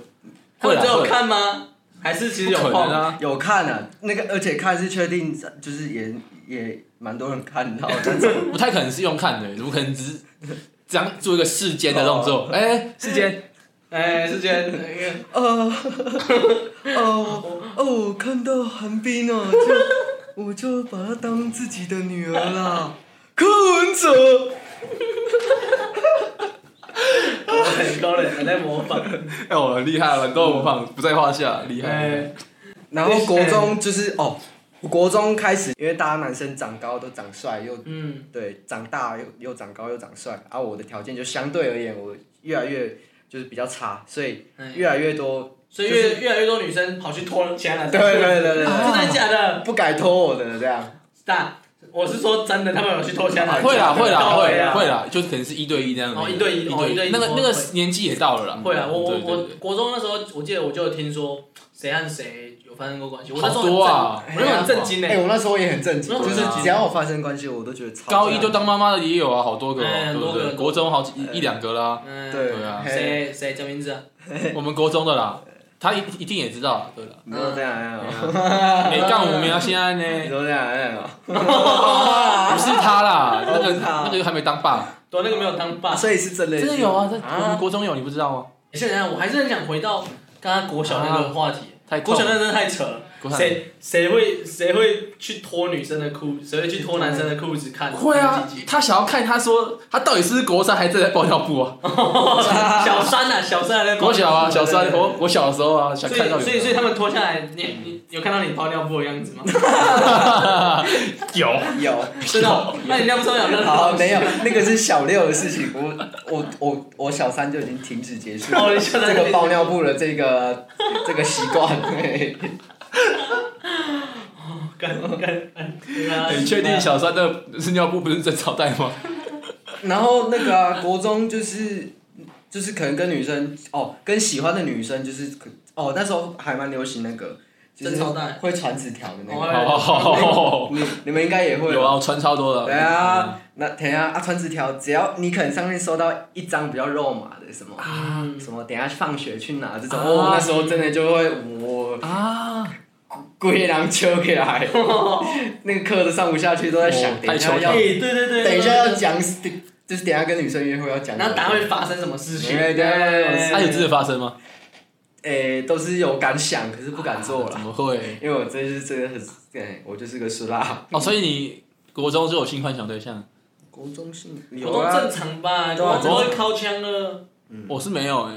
Speaker 3: 他
Speaker 5: 会
Speaker 3: 们
Speaker 5: 了
Speaker 3: 只有
Speaker 5: 会啦，
Speaker 3: 看吗？还是其实
Speaker 5: 不
Speaker 3: 有
Speaker 5: 可能
Speaker 3: 碰？
Speaker 5: 啊，
Speaker 2: 有看啊，那个而且看是确定，就是也也蛮多人看到的那种，
Speaker 5: 不太可能是用看的，怎么可能只是这样做一个世间的动作？哎， 世间，
Speaker 3: 哎，是觉得那个
Speaker 2: 呃，哦哦，看到寒冰哦，就我就把她当自己的女儿啦。柯文哲，
Speaker 3: 很高冷，还在模仿。
Speaker 5: 哎，我厉害了，很多模仿不在话下，厉害。
Speaker 3: 哎，
Speaker 2: 然后国中就是哦，国中开始，因为大家男生长高都长帅，又
Speaker 3: 嗯，
Speaker 2: 对长大又又长高又长帅，啊，我的条件就相对而言，我越来越就是比较差，所以
Speaker 5: 嗯
Speaker 3: 哎
Speaker 2: 越来越多
Speaker 3: 所以
Speaker 2: 就
Speaker 3: 越越来越多女生跑去拖其他男生，啊
Speaker 2: 对对对对对
Speaker 3: 真
Speaker 5: 啊
Speaker 3: 的假的？
Speaker 2: 不改拖我的这样。
Speaker 3: 大，我是说真的，他们有去拖其他男生，
Speaker 5: 会啦会啦
Speaker 3: 对
Speaker 5: 会
Speaker 3: 啊
Speaker 5: 会啦，就可能是一对一那样的。
Speaker 3: 哦一对一哦一对一
Speaker 5: 那个
Speaker 3: 哦
Speaker 5: 那个
Speaker 3: 会
Speaker 5: 年纪也到了啦。
Speaker 3: 会啊，我我
Speaker 5: 对对
Speaker 3: 我
Speaker 5: 对
Speaker 3: 国中那时候，我记得我就有听说谁和谁有发生过关系，我那时候
Speaker 5: 好
Speaker 3: 很
Speaker 5: 多啊，
Speaker 3: 震，我那时候很震惊呢
Speaker 2: 哎、。我那时候也很震惊，
Speaker 3: 那
Speaker 2: 就
Speaker 3: 很
Speaker 2: 是
Speaker 5: 震惊
Speaker 2: 只要我发生关系，我都觉得超
Speaker 5: 高一
Speaker 2: 震
Speaker 5: 就当妈妈的也有啊，好多个
Speaker 3: 哎
Speaker 5: 哦，
Speaker 3: 很
Speaker 5: 对
Speaker 3: 多
Speaker 5: 不
Speaker 3: 个很
Speaker 5: 对？
Speaker 3: 多个
Speaker 5: 国中好几
Speaker 2: 哎
Speaker 5: 一两个啦，
Speaker 3: 嗯，
Speaker 2: 对
Speaker 5: 对啊
Speaker 2: 嘿
Speaker 3: 谁谁叫名字啊？
Speaker 5: 我们国中的啦，他一一定也知道啦，对了。
Speaker 2: 你都这样哎呦
Speaker 5: 嗯没干我们啊，现在
Speaker 2: 你
Speaker 5: 呢？
Speaker 2: 都这样哎呦
Speaker 5: 不是他啦， 那
Speaker 2: 不
Speaker 5: 个
Speaker 2: 是他
Speaker 5: 那个还没当爸，
Speaker 3: 对，啊那个没有当爸。
Speaker 2: 所以是真的，
Speaker 5: 真的有啊，在
Speaker 2: 啊
Speaker 5: 我们国中有，你不知道吗？
Speaker 3: 哎现在我还是很想回到刚刚国小那个话题，
Speaker 5: 太
Speaker 3: 哎国小那
Speaker 5: 痛
Speaker 3: 真的太扯了。
Speaker 5: 国小
Speaker 3: 谁谁会谁会去脱女生的裤，谁会去脱男生的裤子看？
Speaker 5: 会啊
Speaker 3: 看鸡，鸡
Speaker 5: 他想要看他说他到底是不是国三还正在包尿 布啊？
Speaker 3: 小三啊，小三还在包
Speaker 5: 国小啊，小三，
Speaker 2: 对对
Speaker 5: 我我小的时候啊，想
Speaker 3: 所
Speaker 5: 看到
Speaker 3: 以
Speaker 5: 底
Speaker 3: 所以所以他们脱下来，你你有看到你包尿布的样 子吗？
Speaker 5: 有
Speaker 2: 有，
Speaker 3: 真的哦，那你尿不上尿
Speaker 2: 好
Speaker 3: 尿？
Speaker 2: 没有，那个是小六的事情，我我我我小三就已经停止结束
Speaker 3: 哦你小三
Speaker 2: 这个爆尿布的这 个这个习惯。嘿
Speaker 3: 干干干
Speaker 5: 哎 你确
Speaker 3: 啊
Speaker 5: 定小三的是尿布不是真草带 吗？
Speaker 2: 然后那个啊国中就是就是可能跟女生哦，跟喜欢的女生就是可哦，那时候还蛮流行那个。就是
Speaker 3: 真钞袋
Speaker 2: 会传纸条的那
Speaker 3: 哦
Speaker 2: 个，
Speaker 5: 哦，
Speaker 2: 你你们应该也会
Speaker 5: 有
Speaker 2: 吧
Speaker 5: 啊，嗯我穿超多的。
Speaker 2: 对啊，那等一下啊，传纸条，只要你可能上面收到一张比较肉麻的什么、
Speaker 3: 嗯
Speaker 2: 什么，等一下放学去哪这种，
Speaker 5: 啊
Speaker 2: 哦，那时候真的就会我
Speaker 5: 啊，
Speaker 2: 鬼狼揪起 来，那个课都上不下去，都在想、
Speaker 5: 哦
Speaker 2: 等一下
Speaker 5: 太
Speaker 2: 要
Speaker 3: 哎，
Speaker 5: 求
Speaker 3: 对对 对，
Speaker 2: 等一下要讲，就是等一下跟女生约会要讲什么，
Speaker 3: 然后大家会发生什么事情？
Speaker 2: 对对对
Speaker 5: 它有真的发生吗？
Speaker 2: 诶、都是有敢想，可是不敢做
Speaker 5: 怎
Speaker 2: 了，
Speaker 5: 么会？
Speaker 2: 因为我真是真的很，对我就是个死啦。
Speaker 5: 哦，所以你国中就有性幻想对象？
Speaker 2: 国中是有
Speaker 3: 我都
Speaker 2: 啊
Speaker 3: 正，常吧，
Speaker 2: 对
Speaker 3: 国
Speaker 2: 啊
Speaker 3: 中不会靠枪了。
Speaker 5: 我是没有哎、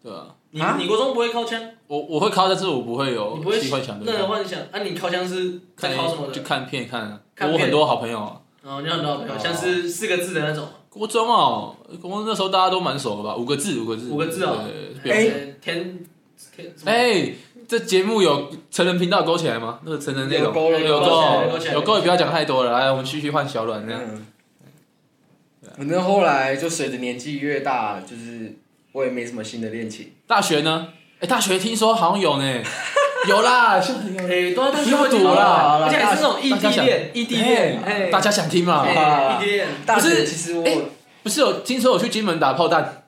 Speaker 5: 对啊，
Speaker 3: 你
Speaker 2: 啊
Speaker 3: 你国中不会靠枪，
Speaker 5: 我我会靠，但是我不会有
Speaker 3: 你不会
Speaker 5: 性幻想对
Speaker 3: 任何
Speaker 5: 象。
Speaker 3: 幻想。啊，你靠枪是在靠什么
Speaker 5: 看就
Speaker 3: 的？
Speaker 5: 看片看啊，
Speaker 3: 看片
Speaker 5: 我很多好朋友啊。
Speaker 3: 哦，你有很多好朋友，
Speaker 2: 哦
Speaker 3: 像是四个字的那种，
Speaker 5: 国中哦，国中那时候大家都蛮熟的吧？五个字，五个字，
Speaker 3: 五个字哦
Speaker 5: 对
Speaker 3: 哎，
Speaker 5: 对对
Speaker 3: 天天什么
Speaker 5: 哎，这节目有成人频道勾起来吗？那个成人内
Speaker 2: 有
Speaker 5: 容
Speaker 2: 勾了
Speaker 5: 有
Speaker 3: 勾起来勾
Speaker 5: 勾
Speaker 3: 起来
Speaker 5: 有勾，也不要讲太多了。来，我们继续换小阮这样。
Speaker 2: 嗯，反正后来就随着年纪越大，就是我也没什么新的恋情。
Speaker 5: 大学呢？哎，大学听说好像有 呢，有啦，是
Speaker 3: 哎，都在大学
Speaker 5: 不要
Speaker 3: 会
Speaker 5: 赌
Speaker 3: 听到
Speaker 5: 啦
Speaker 3: 啊
Speaker 2: 好啦
Speaker 3: 而且还是那种异
Speaker 5: 大
Speaker 3: 地
Speaker 5: 家
Speaker 3: 恋，异地恋，哎，
Speaker 5: 大家想听嘛？
Speaker 3: 哎异地恋，
Speaker 2: 大
Speaker 5: 不
Speaker 2: 学
Speaker 5: 是
Speaker 2: 其实我、
Speaker 5: 哎不是有听说有去金门打炮弹？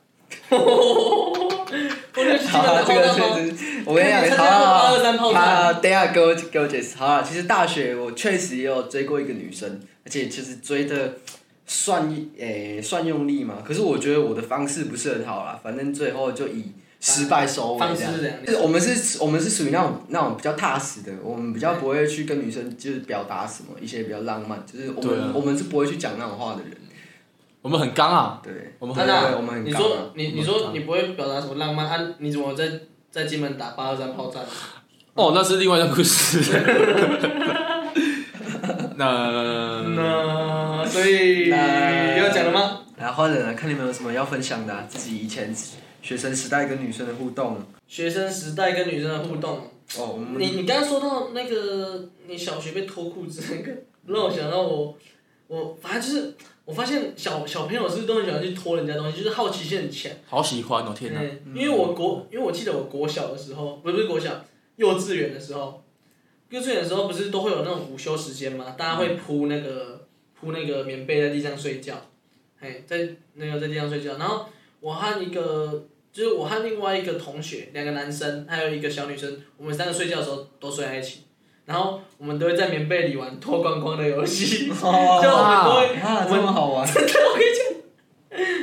Speaker 3: 我就去
Speaker 2: 好啦
Speaker 3: 这
Speaker 2: 这个
Speaker 3: 个吗？
Speaker 2: 确实，我跟你讲，好
Speaker 3: 参加过八二
Speaker 2: 啦
Speaker 3: 三
Speaker 2: 好
Speaker 3: 炮
Speaker 2: 啦好啦，
Speaker 3: 战，
Speaker 2: 等一下给我给我解释。好了，其实大学我确实也有追过一个女生，而且其实追的算诶、算用力嘛。可是我觉得我的方式不是很好啦，反正最后就以失败收尾
Speaker 3: 方
Speaker 2: 这
Speaker 3: 式
Speaker 2: 样
Speaker 3: 是。这样
Speaker 2: 就是我们是，我们是属于那种那种比较踏实的，我们比较不会去跟女生就是表达什么一些比较浪漫，就是我
Speaker 5: 对
Speaker 2: 们、
Speaker 5: 啊
Speaker 2: 我们是不会去讲那种话的人，
Speaker 5: 我们很刚啊，
Speaker 2: 对，
Speaker 5: 我们
Speaker 3: 安
Speaker 5: 很
Speaker 2: 对
Speaker 3: 娜
Speaker 2: 我们很
Speaker 3: 你
Speaker 2: 刚啊
Speaker 3: 说你你说你不会表达什么浪漫啊？你怎么在在金门打八二三炮战？
Speaker 5: 哦，那是另外一个故 事。
Speaker 2: 嗯
Speaker 5: 那
Speaker 3: 那所以
Speaker 2: 那
Speaker 3: 要讲了吗？
Speaker 2: 来换人了，看你们有什么要分享的啊、自己以前学生时代跟女生的互动。啊
Speaker 3: 学生时代跟女生的互动，
Speaker 2: 哦，我们
Speaker 3: 你你刚刚说到那个你小学被脱裤子那个，让我想到我我反正就是我发现小小朋友是不是都很喜欢去拖人家东西，就是好奇心很强。
Speaker 5: 好喜欢哦，天哪！
Speaker 3: 嗯，因为我国，因为我记得我国小的时候，不是不是国小，幼稚园的时候，幼稚园的时候不是都会有那种午休时间嘛，大家会铺那个铺那个棉被在地上睡觉，哎，在那个在地上睡觉，然后我和一个就是我和另外一个同学，两个男生还有一个小女生，我们三个睡觉的时候都睡在一起。然后我们都会在棉被里玩脱光光的游戏， 就我们都会
Speaker 2: 啊，哦这么好玩，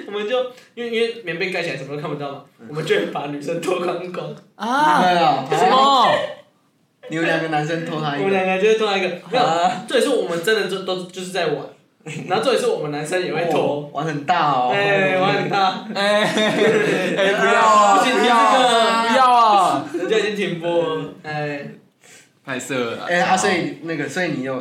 Speaker 3: 我们就因为因为棉被盖起来什么都看不到嘛，我们就会把女生脱光光，
Speaker 5: 啊，
Speaker 2: 对啊，
Speaker 5: 什么？
Speaker 2: 你有两个男生偷他一
Speaker 3: 我
Speaker 2: 个，
Speaker 3: 们两个就是偷一个，没有，
Speaker 2: 啊，
Speaker 3: 重点是我们真的就都就是在玩，然后重点是我们男生也会偷，
Speaker 2: 哦玩很大哦，
Speaker 3: 哎，玩很大，
Speaker 5: 哎，哎不要啊！
Speaker 3: 不行
Speaker 5: 不要啊！不要啊！
Speaker 3: 人家已经停播了，哎，
Speaker 5: 太色了！
Speaker 2: 哎啊，所以那个，所以你有，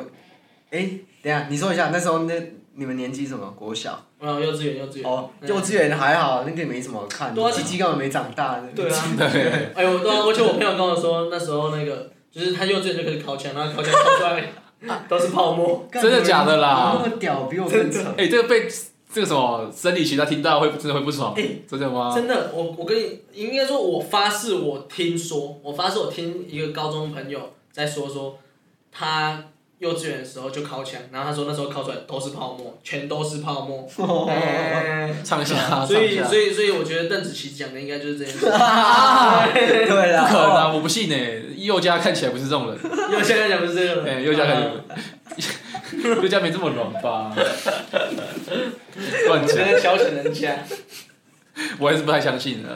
Speaker 2: 哎，等一下你说一下，那时候那你们年纪什么？国小
Speaker 3: 没有幼稚园幼稚园，
Speaker 2: 哦，幼稚园还好，那个也没什么好看
Speaker 3: 对啊，
Speaker 2: 鸡鸡根本没长大，
Speaker 3: 对啊，
Speaker 5: 对，
Speaker 3: 哎我对啊，而且我朋友跟我说那时候那个就是他幼稚园就开始烤枪，然后烤枪烤出 来都是泡沫，
Speaker 2: 干
Speaker 5: 真的假的啦
Speaker 2: 你们那么屌， 比我更扯，
Speaker 5: 哎，这个被这个什么生理学家听到会真的会不爽
Speaker 3: 哎，
Speaker 5: 真的
Speaker 2: 啊
Speaker 5: 吗？
Speaker 3: 真的，我我跟你应该说，我发誓，我听说，我发誓，我听一个高中朋友在说说，他幼稚园的时候就烤枪，然后他说那时候烤出来都是泡沫，全都是泡沫。
Speaker 2: 哦
Speaker 3: 哎
Speaker 5: 唱一下，唱
Speaker 3: 所
Speaker 5: 一
Speaker 3: 以
Speaker 2: 啊
Speaker 5: 下。
Speaker 3: 所以所以，我觉得邓紫棋讲的应该就是 这样。
Speaker 2: 对
Speaker 5: 不
Speaker 2: 啦，
Speaker 5: 可能
Speaker 3: 哦
Speaker 5: 啊！我不信哎，佑家看起来不是这种人，
Speaker 3: 右下讲不是这个
Speaker 5: 哎，
Speaker 3: 人，
Speaker 5: 佑家看
Speaker 3: 啊
Speaker 5: 起来， 佑家没这么软 吧？乱
Speaker 3: 我觉
Speaker 5: 讲，
Speaker 3: 得小 沈人家，
Speaker 5: 我还是不太相信的。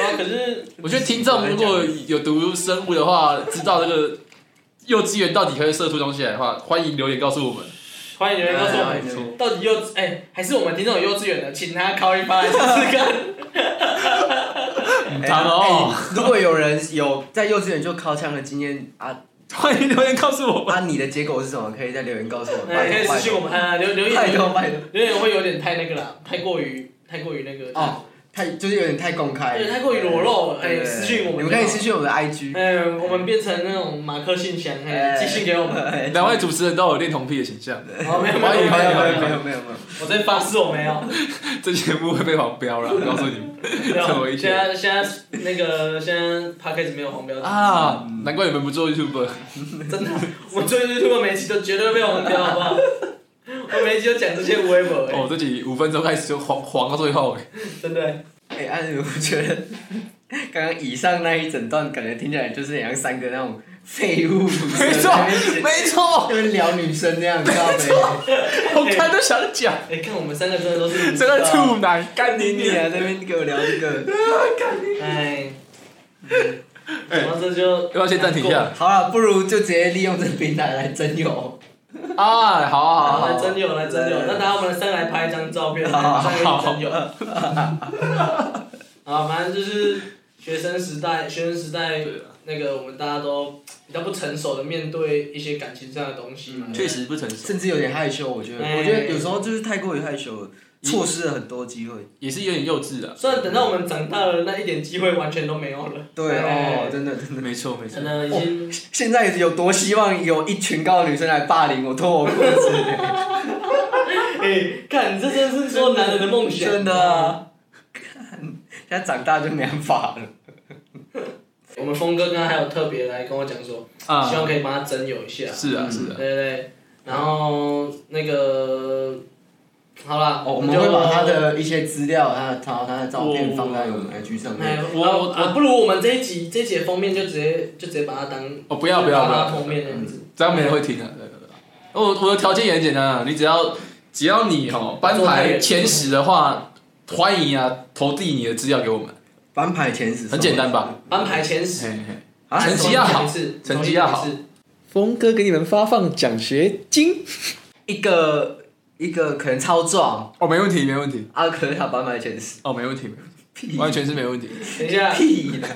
Speaker 3: 哇，啊可是
Speaker 5: 我觉得听众如果有读生物的话，知道这个幼稚园到底可以射出东西来的话，欢迎留言告诉我们。
Speaker 3: 啊欢迎留言告诉我
Speaker 2: 哎哎
Speaker 3: 们，到底幼稚哎、还是我们听众有幼稚园的，请他考一发来试试看。
Speaker 2: 哎
Speaker 5: 他们哦
Speaker 2: 哎如果有人有在幼稚园就靠枪的经验啊
Speaker 5: 欢迎留言告诉我 们。
Speaker 2: 啊，你的结果是什么？可以在留言告诉我们，
Speaker 3: 哎，
Speaker 2: 拜
Speaker 3: 可以
Speaker 2: 托
Speaker 3: 私信我们，啊，留留
Speaker 2: 拜
Speaker 3: 言
Speaker 2: 托拜托。
Speaker 3: 留言会有点太那个啦，太过于太过于那个。
Speaker 2: 哦，太就是有点太公开，
Speaker 3: 对，太过于裸露了。
Speaker 2: 对
Speaker 3: 哎，私讯我们，
Speaker 2: 你们可以私。讯我们的 IG，
Speaker 3: 哎，我们变成那种马克信箱，哎，
Speaker 2: 哎
Speaker 3: 寄信给我们。
Speaker 2: 哎
Speaker 5: 两位主持人都有恋童癖的形象，
Speaker 3: 哦，没有没
Speaker 2: 没
Speaker 3: 有
Speaker 2: 有没有
Speaker 3: 没有
Speaker 2: 没有
Speaker 3: 有，
Speaker 2: 没有没有，
Speaker 3: 我在发誓我没有。
Speaker 5: 这节目会被黄 标了，我告诉你们这么一
Speaker 3: 现
Speaker 5: 天
Speaker 3: 在现在那个现在 p a c k a g e 没有黄标，
Speaker 5: 啊！难怪你们不做 YouTube，
Speaker 3: 真的，我做 YouTube 每期都绝对被黄标，好不好？我每一集都讲这些微博，
Speaker 5: 哦，这集五分钟开始就黄黄到最后哎，
Speaker 3: 真的。
Speaker 2: 哎、安如，我觉得刚刚以上那一整段，感觉听起来就是很像三个那种废物，没
Speaker 5: 没错没错，
Speaker 2: 就是聊女生那样，你知道没？
Speaker 5: 我看都想讲，
Speaker 3: 哎，看我们三个真的都是
Speaker 5: 这个处男干你
Speaker 2: 你
Speaker 5: 你，
Speaker 2: 来这边给我聊这个，
Speaker 3: 哎，嗯然后这就
Speaker 5: 哎
Speaker 3: 哎
Speaker 5: 要不要先暂停一下？
Speaker 2: 好了，不如就直接利用这个平台来征友。
Speaker 5: 啊？好啊好啊
Speaker 3: 来
Speaker 5: 好啊，
Speaker 3: 真友，来真友，那大家我们三个来拍一张照片，
Speaker 2: 好
Speaker 3: 拍一真友。 啊，反正就是学生时代，学生时代
Speaker 5: 啊
Speaker 3: 那个我们大家都比较不成熟的面对一些感情上的东西嘛。
Speaker 5: 确实不成熟，
Speaker 2: 甚至有点害羞，我觉得，
Speaker 3: 哎
Speaker 2: 我觉得有时候就是太过于害羞了，错失了很多机会。
Speaker 5: 也是有点幼稚啊。
Speaker 3: 虽然等到我们长大了，那一点机会完全都没有了。哦
Speaker 2: 对
Speaker 3: 哎
Speaker 2: 哦，，真的真的，
Speaker 5: 没错没错
Speaker 3: 可，能已经
Speaker 2: 现在有多希望有一群高的女生来霸凌我、脱我裤子，
Speaker 3: 哎，看你这真是做男人的梦想。
Speaker 2: 真的啊！看，现在长大就没办法了。
Speaker 3: 我们峰哥刚刚还有特别来跟我讲说，
Speaker 5: 啊
Speaker 3: 希，望可以帮他真友一下。
Speaker 5: 是啊
Speaker 2: 嗯
Speaker 5: 是啊，
Speaker 3: 对对对，然后那个好
Speaker 5: 啊
Speaker 3: 啦，
Speaker 2: 哦，我
Speaker 3: 们
Speaker 2: 们
Speaker 3: 就哎
Speaker 2: 会把他。的一些资料、他的他他的照片放在
Speaker 5: 嗯
Speaker 2: 我们的 IG 上
Speaker 3: 哎
Speaker 2: 面。
Speaker 3: 我我我不如我们这一集这一集的封面就直接就直接把它当
Speaker 5: 哦不要不要
Speaker 3: 就
Speaker 5: 不
Speaker 3: 把它
Speaker 5: 要
Speaker 3: 当封面那嗯样子，
Speaker 5: 这样没人会听啊。对对对我我的条件也很简单啊，你只要只要你哦班排前十的话，欢迎啊投递你的资料给我们，
Speaker 2: 翻牌前十，
Speaker 5: 很简单吧？
Speaker 3: 安排前十，
Speaker 5: 嘿嘿
Speaker 2: 啊，
Speaker 5: 成绩要好
Speaker 3: 重新讲一次
Speaker 5: 成绩要好，
Speaker 3: 重新讲一次
Speaker 5: 峰哥给你们发放奖学金
Speaker 2: 一个一个可能超壮，
Speaker 5: 哦，没问题没问题
Speaker 2: 啊，可能他翻牌前十，
Speaker 5: 哦，没问题没问
Speaker 2: 屁
Speaker 5: 题，完全是没问题。
Speaker 3: 等一下，
Speaker 2: 屁 啦！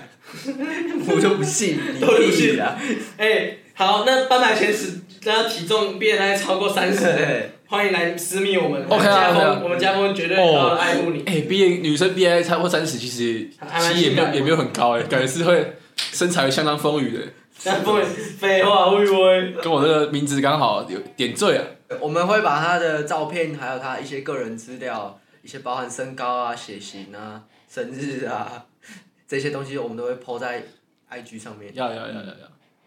Speaker 2: 我就不信，你
Speaker 3: 都不信
Speaker 2: 屁啦！
Speaker 3: 哎，好，那安排前十，大家体重 BMI 超过三十的，
Speaker 2: 对，
Speaker 3: 欢迎来私密我们，我
Speaker 5: OK
Speaker 3: 们
Speaker 5: 啊
Speaker 3: 家
Speaker 5: OK 啊
Speaker 3: 峰，我们家峰绝对好爱护你，
Speaker 5: 哎，毕业女生 B I 超过三十，其实
Speaker 3: 还
Speaker 5: 其实也没有也没有很高哎，感觉是会身材相当丰腴的，
Speaker 3: 但峰废话，喂喂，
Speaker 5: 跟我这个名字刚好有点缀啊。
Speaker 2: 我们会把他的照片，还有他一些个人资料，一些包含身高啊、血型啊、生日啊这些东西，我们都会 po 在 IG 上面。
Speaker 5: 要要要要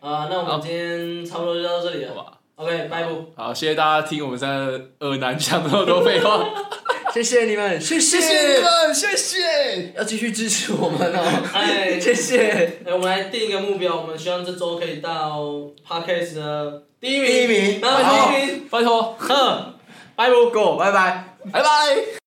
Speaker 5: 要，
Speaker 3: 啊，那我们今天差不多就到这里
Speaker 5: 好
Speaker 3: 了
Speaker 5: 吧。
Speaker 3: ，OK，拜拜。
Speaker 5: 好，谢谢大家听我们三个二男讲那么多废话。
Speaker 2: 谢谢你们，谢谢，
Speaker 5: 们，谢谢。
Speaker 2: 要继续支持我们哦，
Speaker 3: 哎
Speaker 2: 谢谢。
Speaker 3: 哎，我们来定一个目标，我们希望这周可以到 podcast 的第一名，
Speaker 2: 第一名
Speaker 3: 那我们第一名，
Speaker 5: 拜托，
Speaker 3: 哼，拜拜。
Speaker 2: Go，拜拜。
Speaker 5: 拜拜。